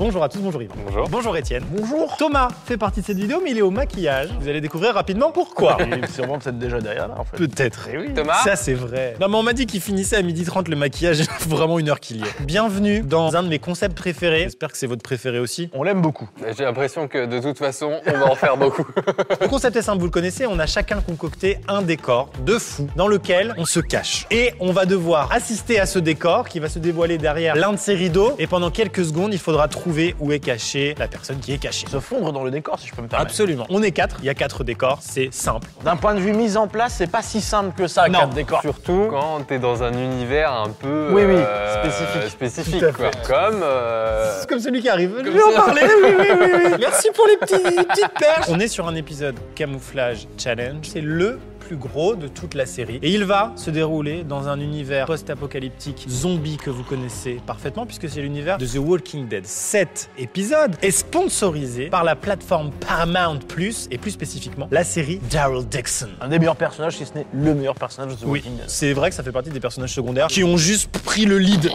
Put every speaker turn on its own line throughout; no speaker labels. Bonjour à tous, bonjour Yvan. Bonjour. Bonjour Étienne. Bonjour. Thomas fait partie de cette vidéo, mais il est au maquillage. Vous allez découvrir rapidement pourquoi.
Il est sûrement peut-être déjà derrière là en fait.
Peut-être.
Eh oui.
Thomas
Ça, c'est vrai. Non, mais on m'a dit qu'il finissait à 12h30 le maquillage, vraiment une heure qu'il y est. Bienvenue dans un de mes concepts préférés. J'espère que c'est votre préféré aussi.
On l'aime beaucoup.
J'ai l'impression que de toute façon, on va en faire beaucoup.
Le concept est simple, vous le connaissez, on a chacun concocté un décor de fou dans lequel on se cache. Et on va devoir assister à ce décor qui va se dévoiler derrière l'un de ces rideaux. Et pendant quelques secondes, il faudra trouver où est cachée la personne qui est cachée.
Se fondre dans le décor si je peux me permettre.
Absolument. On est quatre, il y a quatre décors, c'est simple.
D'un point de vue mise en place, c'est pas si simple que ça,
Non.
quatre décors.
Surtout quand t'es dans un univers un peu. euh,
Oui, oui,
spécifique.
Tout à
quoi.
fait.
Comme. euh,
C'est comme celui qui arrive. Je
Comme
vais en
ça.
parler, oui, oui, oui, oui. Merci pour les petits- petites perches. On est sur un épisode Camouflage Challenge. C'est le plus gros de toute la série. Et il va se dérouler dans un univers post-apocalyptique zombie que vous connaissez parfaitement, puisque c'est l'univers de The Walking Dead. Cet épisode est sponsorisé par la plateforme Paramount Plus, et plus spécifiquement la série Daryl Dixon.
Un des meilleurs personnages, si ce n'est le meilleur personnage de The
Oui,
Walking Dead.
c'est vrai que ça fait partie des personnages secondaires qui ont juste pris le lead.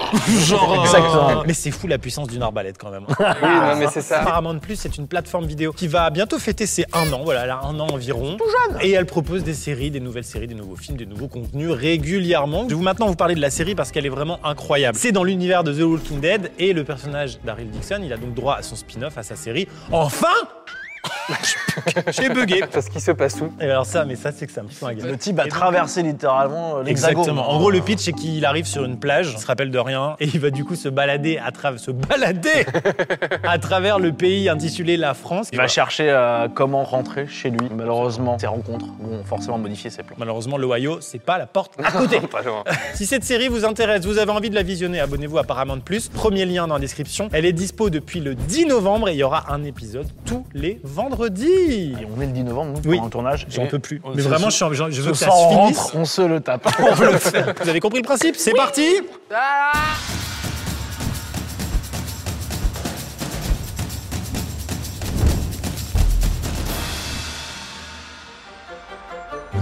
Genre. euh,
Exactement.
Mais c'est fou la puissance d'une arbalète quand même.
Oui, non, mais c'est ça.
Paramount Plus, c'est une plateforme vidéo qui va bientôt fêter ses un an, voilà, elle a un an environ. Tout jeune Et elle propose des séries, des nouvelles séries, des nouveaux films, des nouveaux contenus régulièrement. Je vais vous maintenant vous parler de la série parce qu'elle est vraiment incroyable. C'est dans l'univers de The Walking Dead et le personnage d'Ariel Dixon, il a donc droit à son spin-off, à sa série. Enfin J'ai bugué
Parce qu'il se passe où
Et alors ça, mais ça, c'est que ça me flingue.
Le type a
Et donc-
traversé littéralement euh, l'hexagone.
Exactement. En gros, le pitch, c'est qu'il arrive sur une plage, il se rappelle de rien, et il va du coup se balader à travers, se balader à travers le pays intitulé la France.
Il va chercher euh, comment rentrer chez lui. Malheureusement, ses rencontres vont forcément modifier ses plans.
Malheureusement, l'Ohio, c'est pas la porte à côté.
Pas loin.
si cette série vous intéresse, vous avez envie de la visionner, abonnez-vous à Paramount+. Plus. Premier lien dans la description. Elle est dispo depuis le 10 novembre et il y aura un épisode tous les vendredis.
Et on est le 10 novembre, nous,
Oui.
pour un tournage.
J'en
Et
peux plus.
on
Mais
se-
vraiment, je, suis en- je veux que
se
ça se finisse.
rentre, on se le tape.
Vous avez compris le principe C'est parti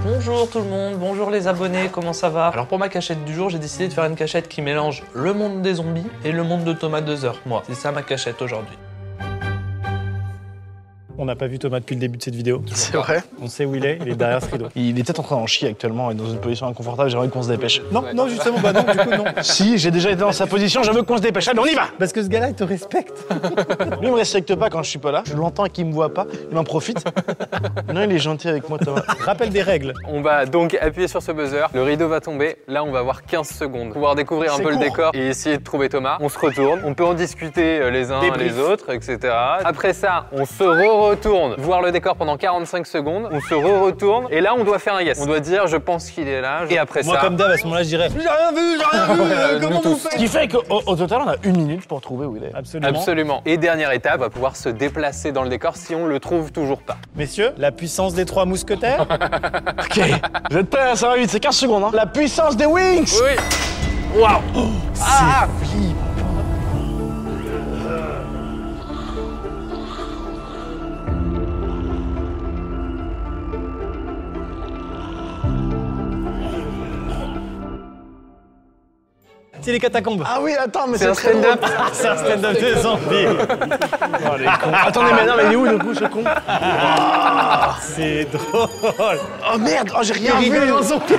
Bonjour tout le monde, bonjour les abonnés, comment ça va Alors pour ma cachette du jour, j'ai décidé de faire une cachette qui mélange le monde des zombies et le monde de Thomas Dozer, moi. C'est ça ma cachette aujourd'hui.
On n'a pas vu Thomas depuis le début de cette vidéo.
C'est vrai.
On sait où il est, il est derrière ce rideau.
Il est peut-être en train d'en chier actuellement et dans une position inconfortable. J'aimerais qu'on se dépêche.
Non, non, justement, bah non, du coup, non.
Si, j'ai déjà été dans sa position, je veux qu'on se dépêche. Allez, on y va
Parce que ce gars-là, il te respecte.
Lui, il me respecte pas quand je suis pas là. Je l'entends et qu'il me voit pas. Il en profite. non, il est gentil avec moi, Thomas.
Rappel des règles.
On va donc appuyer sur ce buzzer, le rideau va tomber, là on va avoir 15 secondes, pouvoir découvrir un
C'est
peu
court.
le décor et essayer de trouver Thomas. On se retourne, on peut en discuter euh, les uns
Débrief.
les autres, etc. Après ça, on se re-retourne, voir le décor pendant 45 secondes, on se re-retourne et là on doit faire un yes. On doit dire je pense qu'il est là, je- et après
Moi,
ça...
comme d'hab, à ce moment-là, je dirais J'ai rien vu, j'ai rien vu, euh, comment vous
Ce
faites
qui fait qu'au au total, on a une minute pour trouver où il est.
Absolument.
Absolument. Et dernière étape, on va pouvoir se déplacer dans le décor si on le trouve toujours pas.
Messieurs, la puissance des trois mousquetaires
Ok. Vous êtes prêts Ça va vite, c'est 15 secondes. hein. La puissance des Wings
Oui Waouh Ah
C'est les catacombes.
Ah oui, attends, mais
C'est
c'est très
un stand-up
drôle.
c'est un stand-up des zombies.
Oh, les cons. Attendez, mais non, mais il est où le coup, ce con
Ah, C'est drôle.
Oh merde, oh, j'ai rien vu.
Rigoler en zombie.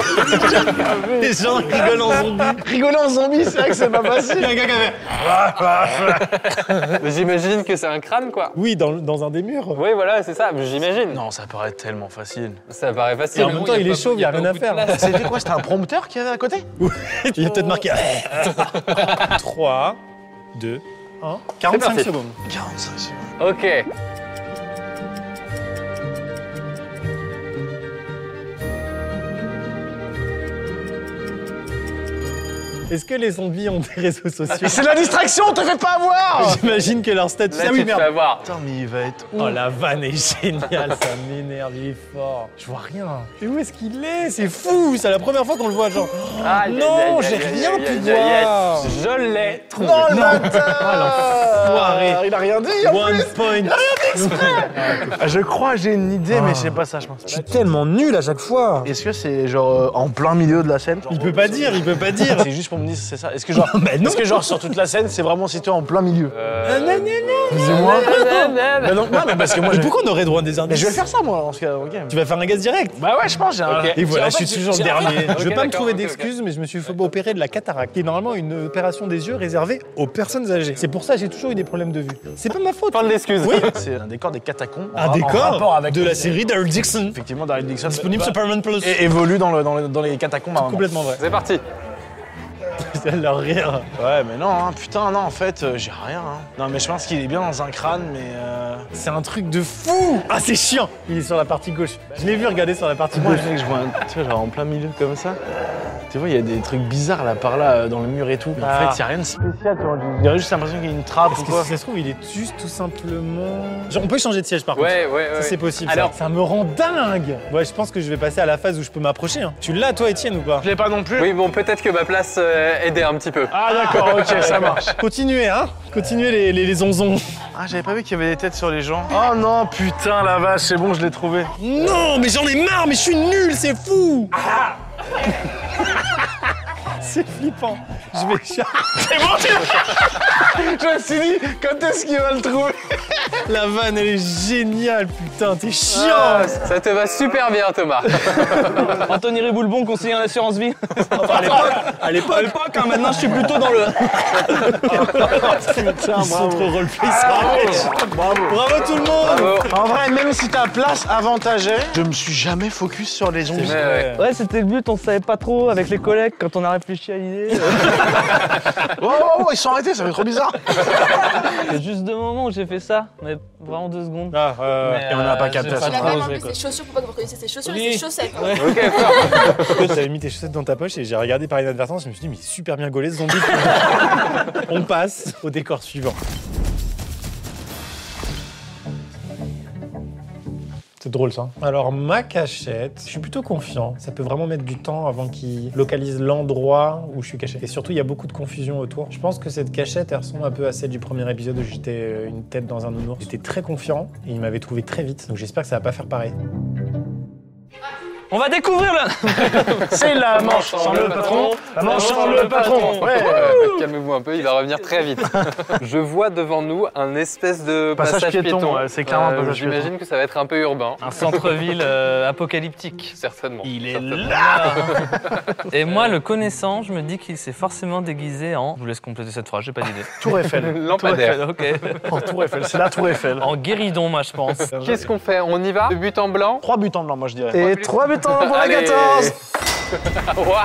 les gens rigolent en zombie.
Rigoler en zombie, c'est vrai que c'est pas
Il y
facile.
a un gars qui avait-
Mais J'imagine que c'est un crâne quoi.
Oui, dans, dans un des murs.
Oui voilà, c'est ça, j'imagine.
Non, ça paraît tellement facile.
Ça paraît facile.
Et en même temps, il est
chaud,
chauve, il n'y a rien à faire.
C'était quoi C'était un prompteur qu'il y avait à côté
Il est peut-être marqué 3, 2, 1. 45
parti.
secondes.
45 secondes.
Ok.
Est-ce que les zombies ont des réseaux sociaux
Ah, C'est la distraction, on te fait pas avoir
J'imagine que leur statut.
Là,
Ah
tu
oui,
te fais
merde.
avoir.
Putain, mais il va être où
Oh, la vanne est géniale, ça m'énerve, il est fort. Je vois rien. Et où est-ce qu'il est C'est fou, c'est la première fois qu'on le voit, genre.
Aïe, aïe,
non,
aïe, aïe,
j'ai
aïe,
rien
aïe,
pu
aïe, aïe,
voir.
aïe. Je l'ai trouvé.
Non, le bâtard
l'enfoiré.
Euh, Il a rien dit en
One point.
plus Ah, Je crois, j'ai une idée, mais je sais pas ça, je pense.
Je suis tellement nul à chaque fois.
Est-ce que c'est genre euh, en plein milieu de la scène
Il peut pas dire, il peut pas dire.
C'est juste pour me dire si c'est ça. Est-ce que genre,
Bah non.
est-ce que genre sur toute la scène, c'est vraiment situé en plein milieu
Dis-moi.
Bah non, non, Euh, mais parce que moi,
Mais
je...
pourquoi on aurait droit à des
Mais
indices
je vais le faire ça moi en ce cas, ok.
Tu vas faire un gaz direct
Bah ouais, je pense. j'ai un-
Ok.
Et voilà,
En
je
fait,
suis toujours le
j'ai-
dernier.
Ok,
je vais pas me
d'accord,
trouver
ok,
d'excuses, mais je me suis fait opérer de la cataracte, qui est normalement une opération des yeux réservée aux personnes âgées. C'est pour ça que j'ai toujours eu des problèmes de vue. C'est pas de ma faute.
Fin de l'excuse.
Oui,
C'est un décor des catacombes. en-
un
Ah,
en rapport
décor
avec
de la série Daryl Dixon.
Effectivement, Daryl
bah,
Dixon.
Disponible sur Paramount Plus.
Et évolue dans, le- dans le- dans les catacombes. à un moment.
Complètement vrai.
C'est parti.
C'est leur rire.
Ouais, mais non, hein, putain, non, en fait, euh, j'ai rien. hein. Non, mais je pense qu'il est bien dans un crâne, mais. euh,
C'est un truc de fou. Ah, c'est chiant. Il est sur la partie gauche. Je l'ai vu regarder sur la partie
Moi,
gauche.
je sais que je vois, un- tu vois, genre en plein milieu comme ça. Tu vois, il y a des trucs bizarres là par là, euh, dans le mur et tout. Mais
Ah.
En fait, il y a rien de spécial. Tu vois, il y a juste l'impression qu'il y a une trappe
Parce
ou
que si
quoi.
ça se trouve, il est juste tout simplement. Genre, on peut changer de siège par contre.
Ouais, ouais, ouais.
Ça, c'est possible.
Alors-
ça. ça me rend dingue. Ouais, je pense que je vais passer à la phase où je peux m'approcher. hein. Tu l'as, toi, Étienne, ou pas
Je l'ai pas non plus.
Oui, bon, peut-être que ma place euh, aidait un petit peu.
Ah, d'accord, ok, ça marche.
Continuez, hein Continuez les, les, les zonzons.
Ah, j'avais pas vu qu'il y avait des têtes sur les gens. Oh non, putain, la vache, c'est bon, je l'ai trouvé.
Non, mais j'en ai marre, mais je suis nul, c'est fou
Ah.
C'est flippant. Je vais...
Je me suis dit, quand est-ce qu'il va le trouver
La vanne, elle est géniale, putain, t'es chiant
Ah, ça te va super bien, Thomas.
Anthony Riboulbon, conseiller en assurance vie.
À l'époque,
Pas quand maintenant, je suis plutôt dans le.
ils sont trop roleplay,
Ah,
ça arrête. Bravo. tout le monde
Bravo.
En vrai, même si ta place avantageait, je me suis jamais focus sur les zombies.
Ouais, ouais.
Ouais, c'était le but, on savait pas trop avec les collègues quand on a réfléchi à l'idée.
Oh, oh, oh, ils sont arrêtés, ça fait trop bizarre.
C'est juste deux moments où j'ai fait ça, mais vraiment deux secondes.
Ah, euh,
Mais,
et on n'a
euh,
pas capté
j'ai
à
pas
ça.
Il a même
osé,
enlevé
quoi.
ses chaussures pour pas que vous reconnaissiez ses chaussures
Oui.
et ses chaussettes.
Ok, fort.
J'avais mis tes chaussettes dans ta poche et j'ai regardé par inadvertance, je me suis dit, mais il est super bien gaulé ce zombie. On passe au décor suivant. C'est drôle ça. hein. Alors ma cachette, je suis plutôt confiant. Ça peut vraiment mettre du temps avant qu'il localise l'endroit où je suis caché. Et surtout, il y a beaucoup de confusion autour. Je pense que cette cachette, elle ressemble un peu à celle du premier épisode où j'étais euh, une tête dans un nounours. J'étais très confiant et il m'avait trouvé très vite. Donc j'espère que ça va pas faire pareil.
On va découvrir le.
C'est la manche sans le patron, la manche sans le patron. Ouais.
Euh, Calmez-vous un peu, il va revenir très vite. Je vois devant nous un espèce de
Passage
passage,
piéton,
piéton. Euh,
ouais, c'est clairement un passage
J'imagine que ça va être un peu urbain,
Un centre-ville euh, apocalyptique.
certainement.
Il est
Certainement.
là Et moi, le connaissant, je me dis qu'il s'est forcément déguisé en. Je vous laisse compléter cette phrase, j'ai pas d'idée.
Tour Eiffel.
Lampadaire.
Ok.
En Tour Eiffel, c'est la Tour Eiffel.
En guéridon, moi, je pense.
Qu'est-ce qu'on fait On y va De but en blanc
Trois buts en blanc, moi je dirais.
Et
trois buts en
Allez. Waouh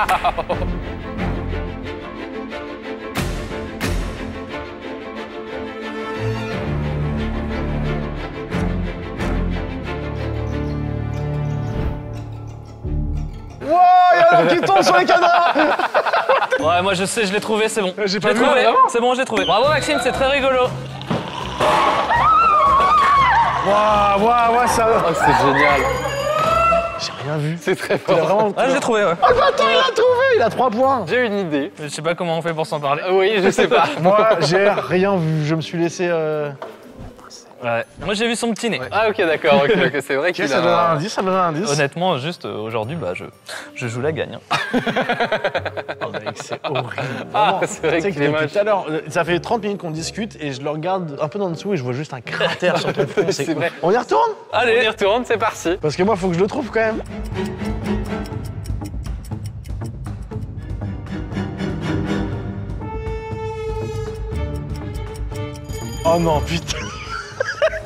Wow, il y a l'homme qui tombe sur les cadavres.
Ouais, moi, je sais, je l'ai trouvé, c'est bon.
J'ai
Je
pas
l'ai
vu.
trouvé. C'est bon, je l'ai trouvé. Bravo, Maxime, c'est très rigolo.
Waouh, waouh, waouh, ça.
Oh, c'est génial
J'ai rien vu.
C'est très
Il a
fort.
vraiment.
Ouais, je l'ai trouvé, ouais.
Oh, attends, il a trouvé, il a trois points.
J'ai une idée. Ah
Je sais pas comment on fait pour s'en parler.
Oui, je sais pas.
Moi, j'ai rien vu, je me suis laissé. euh,
Ouais. Moi, j'ai vu son petit nez.
Ah ok d'accord, ok, ok, c'est vrai
Ok,
qu'il
ça donne un
a... un-
indice, ça donne un indice.
Honnêtement, juste euh, aujourd'hui, bah, je, je joue la gagne. hein.
Oh, mec, c'est horrible.
Ah,
vraiment.
c'est vrai
Tu sais
qu'il
que
est
depuis
moche.
tout à l'heure, euh, ça fait 30 minutes qu'on discute et je le regarde un peu dans dessous et je vois juste un cratère sur ton front.
C'est vrai.
On y retourne
On y
Allez
retourne, c'est parti.
Parce que moi, faut que je le trouve quand même. Oh non, putain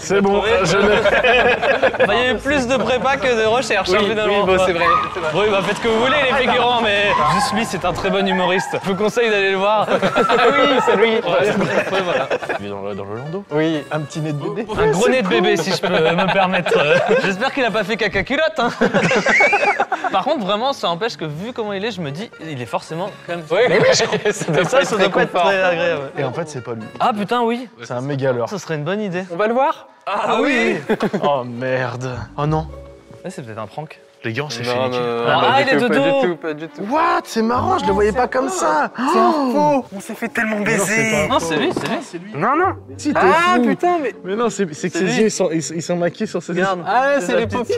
C'est bon, je l'ai.
Ah,
Enfin, Bah, il y a eu plus de prépa que de recherche, hein, finalement.
bon, c'est vrai. Ah, c'est vrai.
Oui, bah faites que vous voulez, les figurants, mais juste lui, c'est un très bon humoriste. Je vous conseille d'aller le voir.
Ah oui, c'est lui.
Ouais, voilà.
Dans le, dans le landau.
Oui.
Un petit nez de bébé.
Un gros nez de bébé, si je peux me permettre. Euh, J'espère qu'il n'a pas fait caca culotte. hein. Par contre, vraiment, ça empêche que vu comment il est, je me dis, il est forcément comme ça.
Oui, ça doit
Ça, ça doit pas être
confort.
très agréable.
Et en fait, c'est pas lui.
Ah putain, oui,
C'est un méga leurre.
ça serait une bonne idée.
On va le voir
Ah oui
Oh merde. Oh non.
Ouais, C'est peut-être un prank.
Les gars, on s'est fait
Non, non,
niquer.
non,
Ah,
pas
il
du
est
tout,
de
pas
dos.
du tout, pas du tout.
What C'est marrant, je le voyais pas comme ça. C'est un faux.
On s'est fait tellement
Non, c'est lui, c'est lui.
Non, non. Si, t'es
Ah
fou.
putain, mais.
Mais non, c'est c'est que
C'est
ses
lui.
yeux, ils sont, ils, sont- ils sont maqués sur ses yeux.
Ah, c'est les paupières.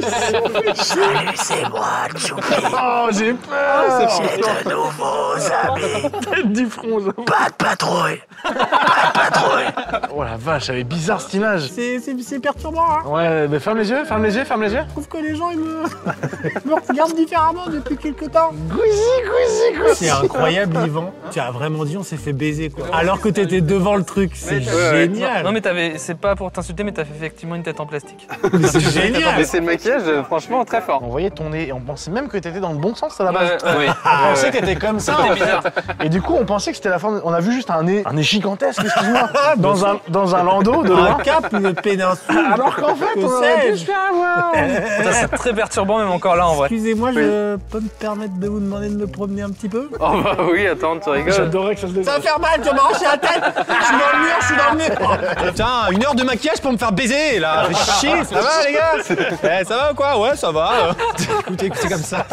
Oh, j'ai peur. C'est de nouveaux Tête du front, genre. Pas de patrouille. Pas de patrouille. Oh la vache, elle est bizarre cette image.
C'est- C'est c'est perturbant, hein.
Ouais, mais ferme les yeux, ferme les yeux, ferme les yeux.
Je trouve que les gens, ils me, ils me regardent différemment depuis quelque temps.
Gouizi,
C'est incroyable, Yvan. Tu as vraiment dit, on s'est fait baiser, quoi. Alors que t'étais devant le truc, c'est génial.
Non, mais t'avais, c'est pas pour t'insulter, mais t'as fait effectivement une tête en plastique.
mais c'est
Mais
génial.
c'est le maquillage, euh, franchement, très fort.
On voyait ton nez et on pensait même que t'étais dans le bon sens à la
Bah,
base.
euh, oui.
On
Ouais,
pensait
ouais.
que t'étais comme ça. en fait. Et du coup, on pensait que c'était la forme. On a vu juste un nez, un nez gigantesque, excuse-moi, dans un dans un landau de
Un
loin.
cap, une péninsule.
Alors qu'en fait,
Que
on aurait pu
sais-je
se faire avoir.
Putain, c'est très perturbant, même encore là, en vrai.
Excusez-moi, je peux me permettre de vous demander de me promener un petit peu
Oh bah oui, attends, tu rigoles.
J'adorais que ça se
Ça va
débloque.
faire mal, tu vas m'arracher la tête Je suis dans le mur, je suis dans le mur
Oh, Putain, une heure de maquillage pour me faire baiser là Fais chier, ça va les gars Eh, Ça va ou quoi Ouais, ça va. Écoutez, écoutez comme ça.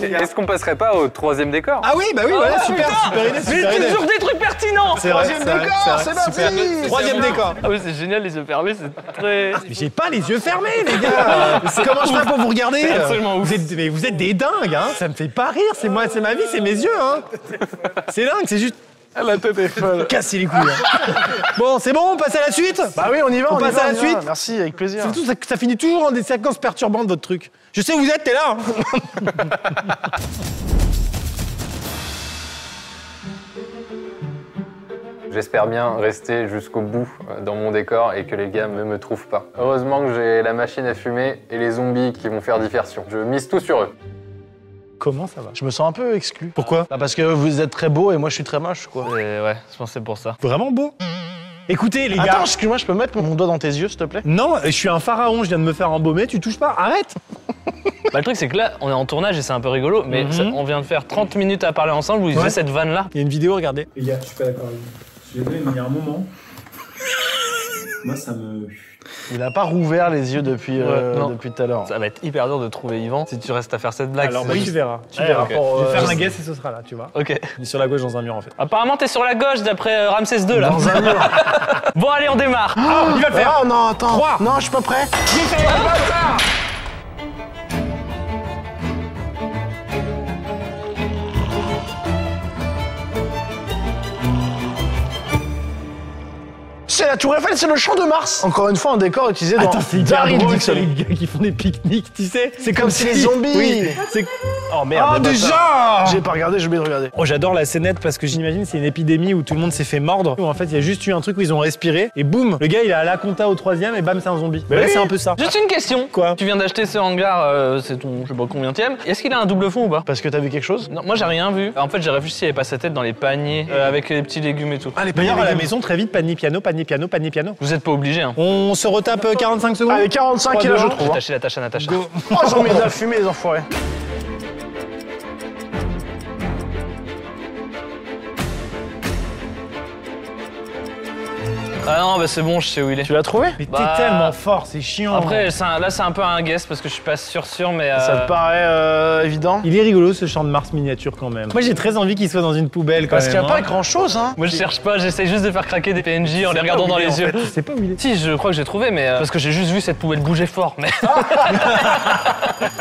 Est-ce qu'on passerait pas au troisième décor
Ah oui, bah oui, voilà, super, super idée, super idée.
Toujours des trucs pertinents
C'est vrai, c'est vrai,
décor,
c'est
c'est
vrai, super.
parti.
Troisième décor.
Ah oui, c'est génial, les yeux fermés, c'est très.
Mais J'ai pas les yeux fermés, les gars. Comment je fais pour vous regarder euh
absolument
vous êtes, mais vous êtes des dingues, hein. Ça me fait pas rire. C'est moi, c'est ma vie, c'est mes yeux, hein. C'est dingue, c'est juste.
La tête est folle.
Casser les couilles. hein. Bon, c'est bon, on passe à la suite.
Bah oui, on y va.
On
y
passe
va,
à la
on y va.
suite
Merci, avec plaisir.
Surtout, ça, ça finit toujours en des séquences perturbantes, votre truc. Je sais où vous êtes, t'es là. hein.
J'espère bien rester jusqu'au bout euh, dans mon décor et que les gars ne me trouvent pas. Heureusement que j'ai la machine à fumer et les zombies qui vont faire diversion. Je mise tout sur eux.
Comment ça va
Je me sens un peu exclu.
Pourquoi
Bah, Parce que vous êtes très beau et moi je suis très moche, quoi.
ouais, je pensais pour ça.
Vraiment beau. Écoutez, les gars.
Attends, excuse-moi, je peux mettre mon doigt dans tes yeux, s'il te plaît
Non, je suis un pharaon, je viens de me faire embaumer, tu touches pas, arrête
Bah, le truc, c'est que là, on est en tournage et c'est un peu rigolo, mais ça- on vient de faire 30 minutes à parler ensemble où ils faisaient cette vanne là.
Il y a une vidéo, regardez.
Les gars, je suis pas d'accord avec vous. Je suis désolé, mais il y a un moment. Moi, ça me.
Il a pas rouvert les yeux depuis, euh,
Ouais, non.
depuis tout à l'heure.
Ça va être hyper dur de trouver Yvan si tu restes à faire cette blague.
Alors,
c'est-
bah, tu verras. Tu
Eh,
verras. euh,
ok. Je vais
Je vais faire
faire
un guess et ce sera là, tu vois.
Ok.
Il est sur la gauche dans un mur en fait.
Apparemment, t'es sur la gauche d'après euh, Ramsès 2 là.
Dans un mur.
Bon, allez, on démarre.
Il va le faire
Ah non, attends.
Trois.
Non, je suis pas prêt. C'est la Tour Eiffel, c'est le Champ de Mars. Encore une fois, un décor utilisé dans
Attends, c'est hyper
Daryl
drôle, c'est
Dixon.
les gars qui font des pique-niques, tu sais. C'est
comme si les zombies.
Oui, c'est... Oh merde.
Oh,
déjà
J'ai pas regardé, j'ai oublié de regarder.
Oh, j'adore la scénette parce que j'imagine c'est une épidémie où tout le monde s'est fait mordre. Où en fait, il y a juste eu un truc où ils ont respiré et boum, le gars il est à la compta au troisième et bam, c'est un zombie. Mais
oui.
c'est un peu ça.
Juste une question.
Quoi
Tu viens d'acheter ce hangar, euh, c'est ton je sais pas combien tième. Est-ce qu'il a un double fond ou pas
Parce que t'as vu quelque chose
Non, moi j'ai rien vu. En fait, j'ai réfléchi à pas sa tête dans les paniers euh, avec les petits légumes et tout.
les
D'ailleurs, à la maison, très vite, panier piano, panier piano, panier piano.
Vous êtes pas obligé, hein.
On se retape euh, 45 secondes
Allez, 45
Trois,
kilos,
deux,
je
un.
trouve. hein.
Tâchez la tâche à Natacha.
Oh, j'en mets de la fumée, les enfoirés.
Ah non, bah c'est bon, je sais où il est.
Tu l'as trouvé
Mais
Bah.
t'es tellement fort, c'est chiant.
Après, c'est un- là c'est un peu un guess parce que je suis pas sûr sûr, mais. euh,
Ah. Ça te paraît euh, évident
Il est rigolo ce champ de Mars miniature quand même. Moi j'ai très envie qu'il soit dans une poubelle quand
Parce qu'il n'y
même.
a pas grand chose, hein
Moi je cherche pas, j'essaie juste de faire craquer des PNJ en les regardant dans les yeux.
Je sais pas où il est.
Si, je crois que j'ai trouvé, mais. euh, parce que j'ai juste vu cette poubelle bouger fort, mais.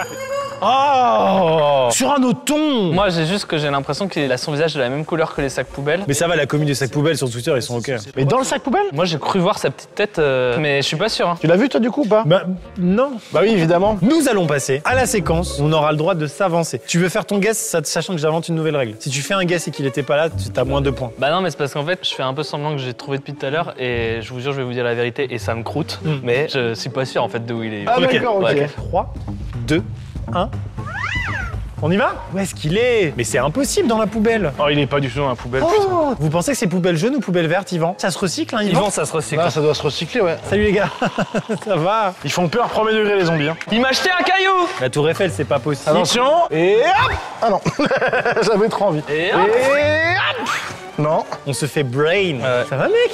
Oh Sur un autre ton
Moi j'ai juste que j'ai l'impression qu'il a son visage de la même couleur que les sacs poubelles.
Mais ça va, la commune des sacs poubelles sur Twitter, ils sont ok.
Mais dans le sac poubelle
Moi, j'ai cru voir sa petite tête, euh, mais je suis pas sûr. hein.
Tu l'as vu toi du coup ou pas
Bah non.
Bah oui, évidemment.
Nous allons passer à la séquence où on aura le droit de s'avancer. Tu veux faire ton guess sa- sachant que j'invente une nouvelle règle. Si tu fais un guess et qu'il était pas là, tu as moins de points.
Bah non, mais c'est parce qu'en fait, je fais un peu semblant que j'ai trouvé depuis tout à l'heure, et je vous jure, je vais vous dire la vérité, et ça me croûte,
Mm.
mais je suis pas sûr en fait d'où il est.
Ah, d'accord, ok.
Ouais.
3, 2, 1. On y va Où est-ce qu'il est Mais c'est impossible dans la poubelle.
Oh, il est pas du tout dans la poubelle.
Oh Vous pensez que c'est poubelle jaune ou poubelle verte, Yvan Ça se recycle, hein, Yvan
Yvan, ça se recycle.
Là, Ah, ça doit se recycler, ouais.
Salut les gars, ça va
Ils font peur, premier degré, les zombies. hein.
Il m'a acheté un caillou
La tour Eiffel, Ah c'est pas possible.
Attention Et hop Ah non, j'avais trop envie.
Et hop
Et hop Non.
On se fait brain.
Ouais.
Ça va mec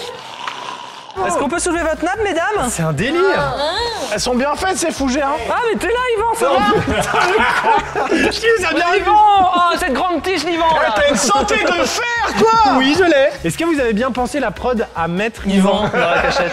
Est-ce qu'on peut soulever votre nappe, mesdames
C'est un délire.
Ah.
Elles sont bien faites, ces fougères. hein.
Ah, mais t'es là, Yvan, ça va
ça bien
Yvan Oh, cette grande tige d'Yvan là.
T'as une santé de fer, toi
Oui, je l'ai. Est-ce que vous avez bien pensé la prod à mettre Yvan
Yvan dans la cachette.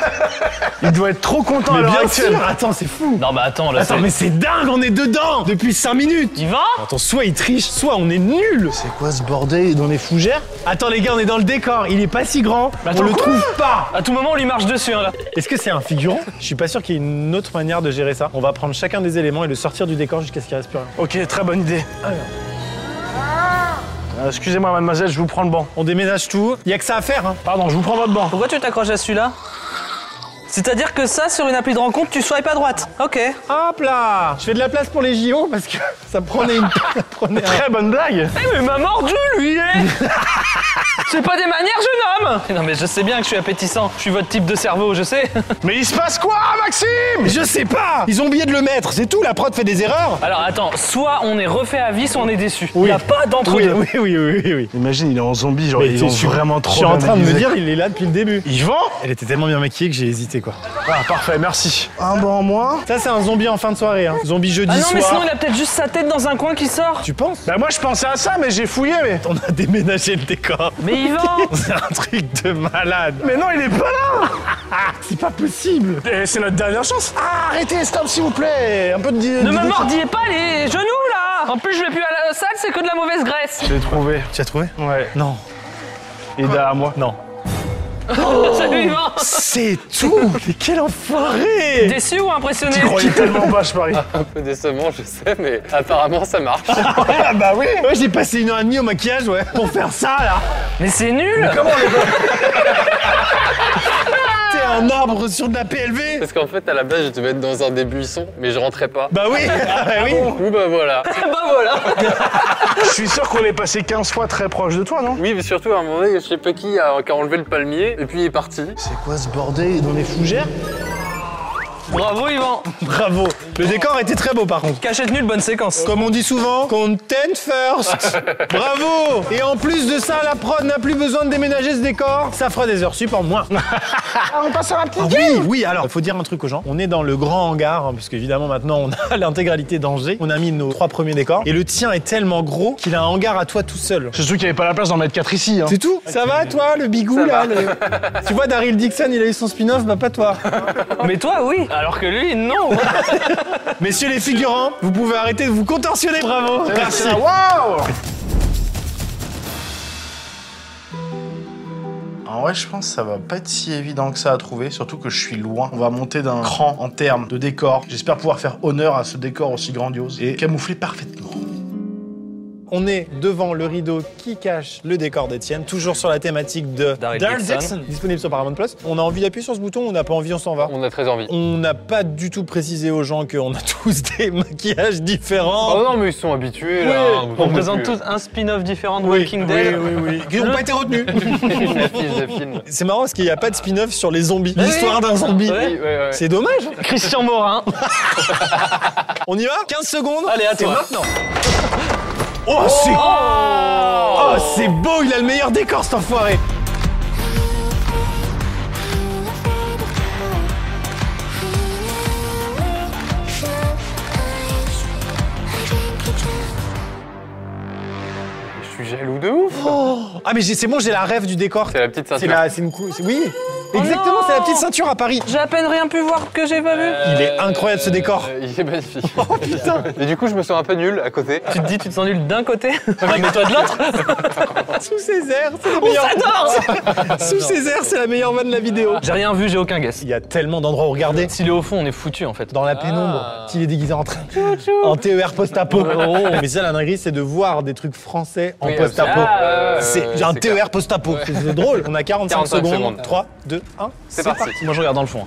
Il doit être trop content à
Mais
l'heure
bien
actuelle.
sûr, attends, c'est fou.
Non, mais attends, là,
Attends, mais c'est dingue, on est dedans depuis 5 minutes.
Yvan
Attends, soit il triche, soit on est nul.
C'est quoi ce bordel dans les fougères
Attends les gars, on est dans le décor, il est pas si grand,
Bah, attends,
on le
quoi
trouve pas.
À tout moment, on lui marche dessus, hein, là.
Est-ce que c'est un figurant Je suis pas sûr qu'il y ait une autre manière de gérer ça. On va prendre chacun des éléments et le sortir du décor jusqu'à ce qu'il reste plus rien.
Ok, très bonne idée. Euh, Excusez-moi, mademoiselle, je vous prends le banc.
On déménage tout, il y a que ça à faire. Hein.
Pardon, je vous prends votre banc.
Pourquoi tu t'accroches à celui-là C'est-à-dire que ça, sur une appli de rencontre, tu swipes à droite. Ok.
Hop là Je fais de la place pour les JO parce que ça prenait une... ça prenait un-
Très bonne blague.
Eh, mais il m'a mordu, lui eh. C'est pas des manières, jeune homme Non, mais je sais bien que je suis appétissant. Je suis votre type de cerveau, je sais.
Mais il se passe quoi, Maxime
Je sais pas Ils ont oublié de le mettre, c'est tout, la prod fait des erreurs
Alors, attends, soit on est refait à vie, soit on est déçu. Il
Oui.
n'y a pas
oui,
d'entre-deux.
oui, oui, oui, oui, oui.
Imagine, il est en zombie, genre, ils ont vraiment trop
Je suis en
bien
train de me
maîtrisé.
dire, il est là depuis le début.
Yvan
Elle était tellement bien maquillée que j'ai hésité quoi.
Ah, parfait, merci. Un banc en moins
Ça c'est un zombie en fin de soirée, hein. zombie jeudi
Ah non, mais
soir.
sinon, il a peut-être juste sa tête dans un coin qui sort.
Tu penses
Bah, moi, je pensais à ça, mais j'ai fouillé, mais.
On a déménagé le décor.
Mais Yvan
C'est un truc de malade.
Mais non, il est pas là
C'est pas possible.
Eh, C'est notre dernière chance. Ah, arrêtez, stop, s'il vous plaît. Un peu de.
Ne me mordillez pas les genoux, là En plus, je vais plus à la salle, c'est que de la mauvaise graisse.
J'ai trouvé.
Tu as trouvé
Ouais.
Non.
Et derrière moi.
Non.
Salut, Yvan
C'est tout Mais quel enfoiré
Déçu ou impressionné
Je croyais tellement pas, je parie.
Un peu décevant, je sais, mais apparemment ça marche.
Ah bah oui Ouais, j'ai passé une heure et demie au maquillage, ouais, pour faire ça, là
Mais c'est nul
T'es un arbre sur de la PLV
Parce qu'en fait, à la base, je devais être dans un des buissons, mais je rentrais pas.
Bah oui Ah bah oui
Oui, bah voilà.
Bah voilà
Je suis sûr qu'on est passé 15 fois très proche de toi, non
Oui, mais surtout, à un moment donné, je sais pas qui a, qui a enlevé le palmier, et puis il est parti.
C'est quoi ce bordel dans les fougères
Bravo, Yvan
Bravo Le décor était très beau, par contre.
Cachette nulle, bonne séquence.
Comme on dit souvent, content first Bravo Et en plus de ça, la prod n'a plus besoin de déménager ce décor. Ça fera des heures sup en moins.
On passe à un petit
Ah oui, oui, alors, il faut dire un truc aux gens. On est dans le grand hangar, hein, parce qu'évidemment, maintenant, on a l'intégralité d'Angers. On a mis nos trois premiers décors. Et le tien est tellement gros qu'il a un hangar à toi tout seul.
C'est sûr qu'il n'y avait pas la place d'en mettre 4 ici. Hein.
C'est tout Ça va, toi, le bigou, là le- Tu vois, Daryl Dixon, il a eu son spin-off, bah pas toi.
Mais toi, oui.
Alors que lui, non
Messieurs les figurants, vous pouvez arrêter de vous contorsionner. Bravo Merci
Waouh En vrai, je pense que ça va pas être si évident que ça à trouver, surtout que je suis loin. On va monter d'un cran en termes de décor. J'espère pouvoir faire honneur à ce décor aussi grandiose et camoufler parfaitement.
On est devant le rideau qui cache le décor d'Étienne, toujours sur la thématique de
Daryl Dixon.
disponible sur Paramount Plus. On a envie d'appuyer sur ce bouton, on n'a pas envie, on s'en va.
On a très envie.
On n'a pas du tout précisé aux gens qu'on a tous des maquillages
Oh
différents.
non, mais ils sont habitués là. hein, Vous
On
en plus.
présente tous un spin-off différent de
Oui,
Walking
oui,
Dead.
Oh.
oui, oui. Qui n'ont pas été retenus.
la fiche de film.
C'est marrant parce qu'il n'y a pas de spin-off sur les zombies. L'histoire d'un zombie.
Oui, ouais, ouais.
C'est dommage.
Christian Morin.
On y va 15 secondes.
Allez, à
C'est
toi.
maintenant. Oh, c'est. Oh, c'est beau, il a le meilleur décor cet enfoiré.
Je suis jaloux de ouf.
Ah, mais j'ai- c'est bon, j'ai la rêve du décor.
C'est la petite
C'est
ceinture.
Ah, la. C'est une cou- c'est- Oui. Exactement,
Oh non
c'est la petite ceinture à Paris.
J'ai à peine rien pu voir que j'ai pas vu.
Il est incroyable, ce décor.
Euh, Il est magnifique. Oh putain Et du coup, je me sens un peu nul à côté.
Tu te dis, tu te sens nul d'un côté, mais toi de l'autre.
Sous ses airs, c'est la meilleure. Sous ses airs, c'est la meilleure vanne de la vidéo.
J'ai rien vu, j'ai aucun guess.
Il y a tellement d'endroits où regarder.
S'il est au fond, on est foutu en fait. Ah.
Dans la pénombre, il est déguisé en train. En TER post-apo.
Oh.
Mais ça, la dinguerie, c'est de voir des trucs français en
Oui,
post-apo.
absolument. Ah, ouais, ouais,
C'est
ouais,
un E
c'est clair.
TER post-apo. C'est- C'est drôle. On a 45,
45
secondes.
secondes.
3, 2, 1.
C'est parti.
Moi, je regarde dans le fond.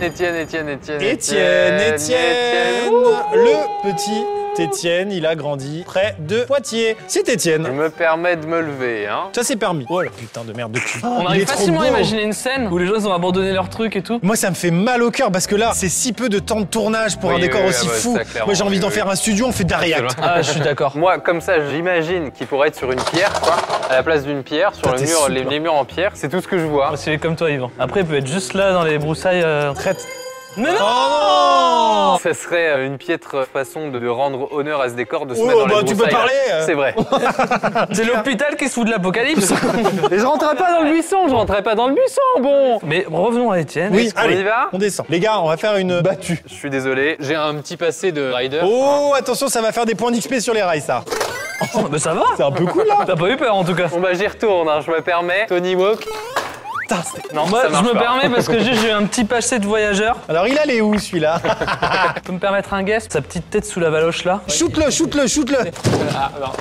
Étienne, Étienne, Étienne.
Étienne, Étienne. Le petit Étienne, il a grandi près de Poitiers. C'est
Je
Étienne.
me permets de me lever, hein.
Ça, c'est permis. Oh la putain de merde de cul.
On
Il
arrive
est trop
facilement à
beau.
imaginer une scène où les gens ils ont abandonné leur truc et tout.
Moi, ça me fait mal au cœur parce que là, c'est si peu de temps de tournage pour
Oui,
un décor
oui, oui,
aussi
ah bah,
fou.
ça, clairement,
Moi, j'ai envie
oui,
d'en
oui.
faire un studio, on fait d'Ariac.
Ah, je suis d'accord.
Moi, comme ça, j'imagine qu'il pourrait être sur une pierre, quoi. À la place d'une pierre, sur
Putain,
le
t'es
mur,
souple,
les,
hein.
les murs en pierre. C'est tout ce que je vois.
Moi, C'est comme toi, Yvan. Après, il peut être juste là dans les broussailles. euh,
Traite.
Mais non
Oh
Ça serait euh, une piètre façon de de rendre honneur à ce décor, de se
Oh,
mettre dans les
bah, tu peux
broussailles.
parler, euh.
C'est vrai.
C'est l'hôpital qui se fout de l'apocalypse.
Mais je rentrais pas dans le buisson, je rentrais pas dans le buisson, bon
Mais revenons à Étienne.
non Oui,
on
allez,
y va
on descend. Les gars, on va faire une battue.
Je suis désolé, j'ai un petit passé de rider.
Oh, attention, ça va faire des points d'XP sur les rails, ça.
Oh, mais ça va
C'est un peu cool, là.
T'as pas eu peur en tout cas.
Bon bah j'y retourne, hein, je me permets. Tony Walk.
Putain, c'est-
Non,
Moi,
ça
je
marche
me
pas.
permets parce que juste, j'ai eu un petit passé de voyageur.
Alors, il allait où, celui-là
Je peux me permettre un guess Sa petite tête sous la valoche là,
Shoot-le, shoot-le, shoot-le.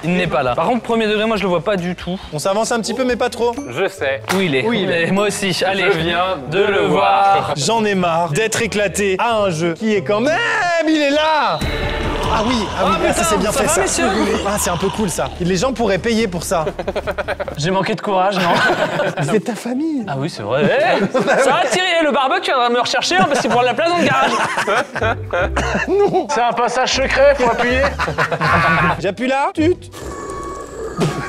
il n'est pas là. Par contre, premier degré, moi je le vois pas du tout.
On s'avance un petit peu, mais pas trop.
Je sais.
Où il est
Où il est
Et Moi aussi, allez.
je viens de le voir.
J'en ai marre d'être éclaté à un jeu qui est quand même. Il est là Ah oui, ah oui, ah, ça
putain,
c'est bien
ça
fait
va,
ça.
messieurs
ah, c'est un peu cool ça. Les gens pourraient payer pour ça.
J'ai manqué de courage, non
C'est ta famille.
Ah oui, c'est vrai. Eh, ça va Thierry, le barbecue va me rechercher hein, parce qu'il prend la place dans le garage.
C'est un passage secret, faut appuyer.
J'appuie là. Tut.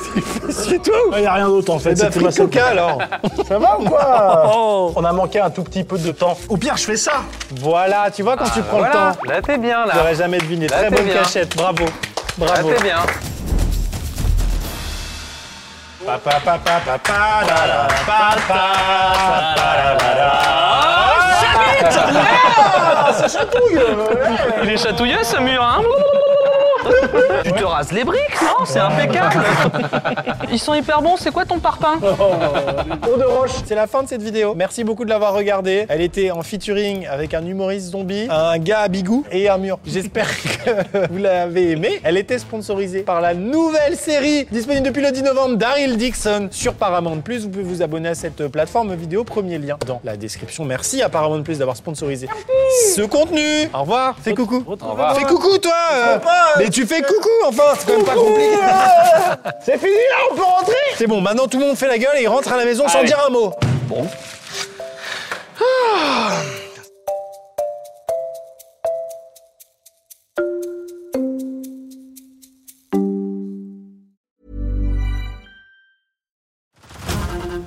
C'est toi ou
Il n'y Ah, a rien d'autre en fait.
Eh ben,
c'était ma
Free
seule-
Coca alors. Oh.
Ça va ou quoi On a manqué un tout petit peu de temps. Au pire, je fais ça.
Voilà, tu vois quand tu prends
Voilà,
le temps.
là t'es bien là.
J'aurais jamais deviné.
Là,
Très
t'es
bonne
bien.
cachette, bravo.
Là
Bravo.
t'es bien.
Pa, pa, pa, pa, pa, pa, la, la, pa, pa, pa, la, la, la.
Il est chatouilleux ce mur, hein Tu te rases les briques, non C'est impeccable. Ils sont hyper bons, c'est quoi ton parpaing
Tour de roche. C'est la fin de cette vidéo. Merci beaucoup de l'avoir regardée. Elle était en featuring avec un humoriste zombie, un gars à bigou et un mur. J'espère que vous l'avez aimée. Elle était sponsorisée par la nouvelle série disponible depuis le 10 novembre d'Ariel Dixon sur Paramount Plus. Vous pouvez vous abonner à cette plateforme vidéo. Premier lien dans la description. Merci à Paramount Plus d'avoir sponsorisé ce contenu. Au revoir. Fais coucou.
revoir.
Fais coucou toi. euh. Mais tu fais coucou enfin. C'est quand même pas compliqué. C'est fini là, on peut rentrer C'est bon, maintenant tout le monde fait la gueule et il rentre à la maison sans dire un mot.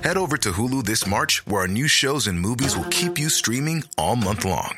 Head over to Hulu this March, where our new shows and movies will keep you streaming all month long.